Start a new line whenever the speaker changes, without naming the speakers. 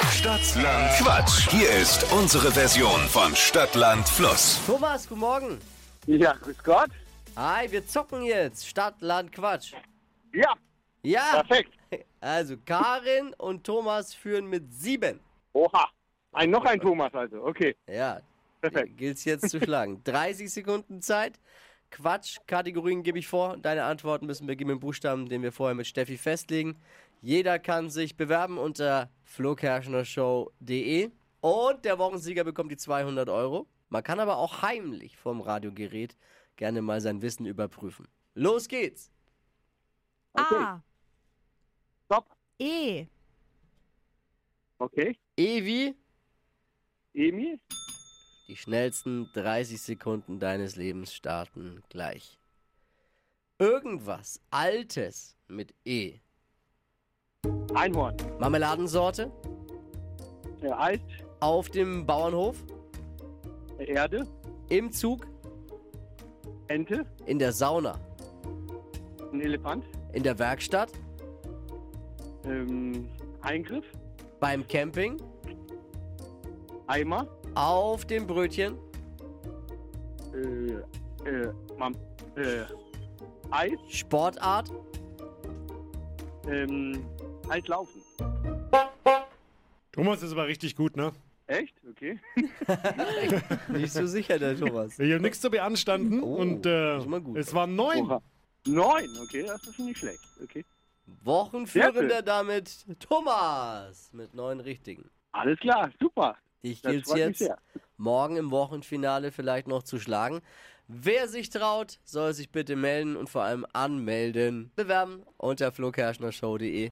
Stadtland Quatsch. Hier ist unsere Version von Stadtland Fluss.
Thomas, guten Morgen.
Ja, grüß Gott.
Hi, wir zocken jetzt. Stadt, Land, Quatsch.
Ja,
Ja.
perfekt.
Also Karin und Thomas führen mit sieben.
Oha. Ein, noch ein Thomas also. Okay,
Ja,
perfekt.
gilt's jetzt zu schlagen. 30 Sekunden Zeit. Quatsch, Kategorien gebe ich vor. Deine Antworten müssen wir geben im Buchstaben, den wir vorher mit Steffi festlegen. Jeder kann sich bewerben unter flokerschnershow.de und der Wochensieger bekommt die 200 Euro. Man kann aber auch heimlich vom Radiogerät gerne mal sein Wissen überprüfen. Los geht's!
Okay.
A,
Stopp.
E,
Okay.
Evi,
Emil.
die schnellsten 30 Sekunden deines Lebens starten gleich. Irgendwas Altes mit E.
Einhorn.
Marmeladensorte?
Äh, Eis.
Auf dem Bauernhof?
Äh, Erde.
Im Zug?
Ente.
In der Sauna?
Ein Elefant.
In der Werkstatt?
Ähm, Eingriff.
Beim Camping?
Eimer.
Auf dem Brötchen?
Äh, äh, Mam äh, Eis.
Sportart?
Ähm, Eislaufen.
Thomas ist aber richtig gut, ne?
Echt? Okay.
Nicht so sicher, der Thomas.
Ich habe nichts zu beanstanden
Oh,
und äh,
ist immer gut.
es waren neun.
Oha. Neun. Okay, das ist nicht schlecht. Okay.
Wochenführender damit Thomas mit neun Richtigen.
Alles klar. Super.
Dich
Das
gilt
freut mich
jetzt
sehr.
morgen im Wochenfinale vielleicht noch zu schlagen. Wer sich traut, soll sich bitte melden und vor allem anmelden. Bewerben unter flokerschnershow.de.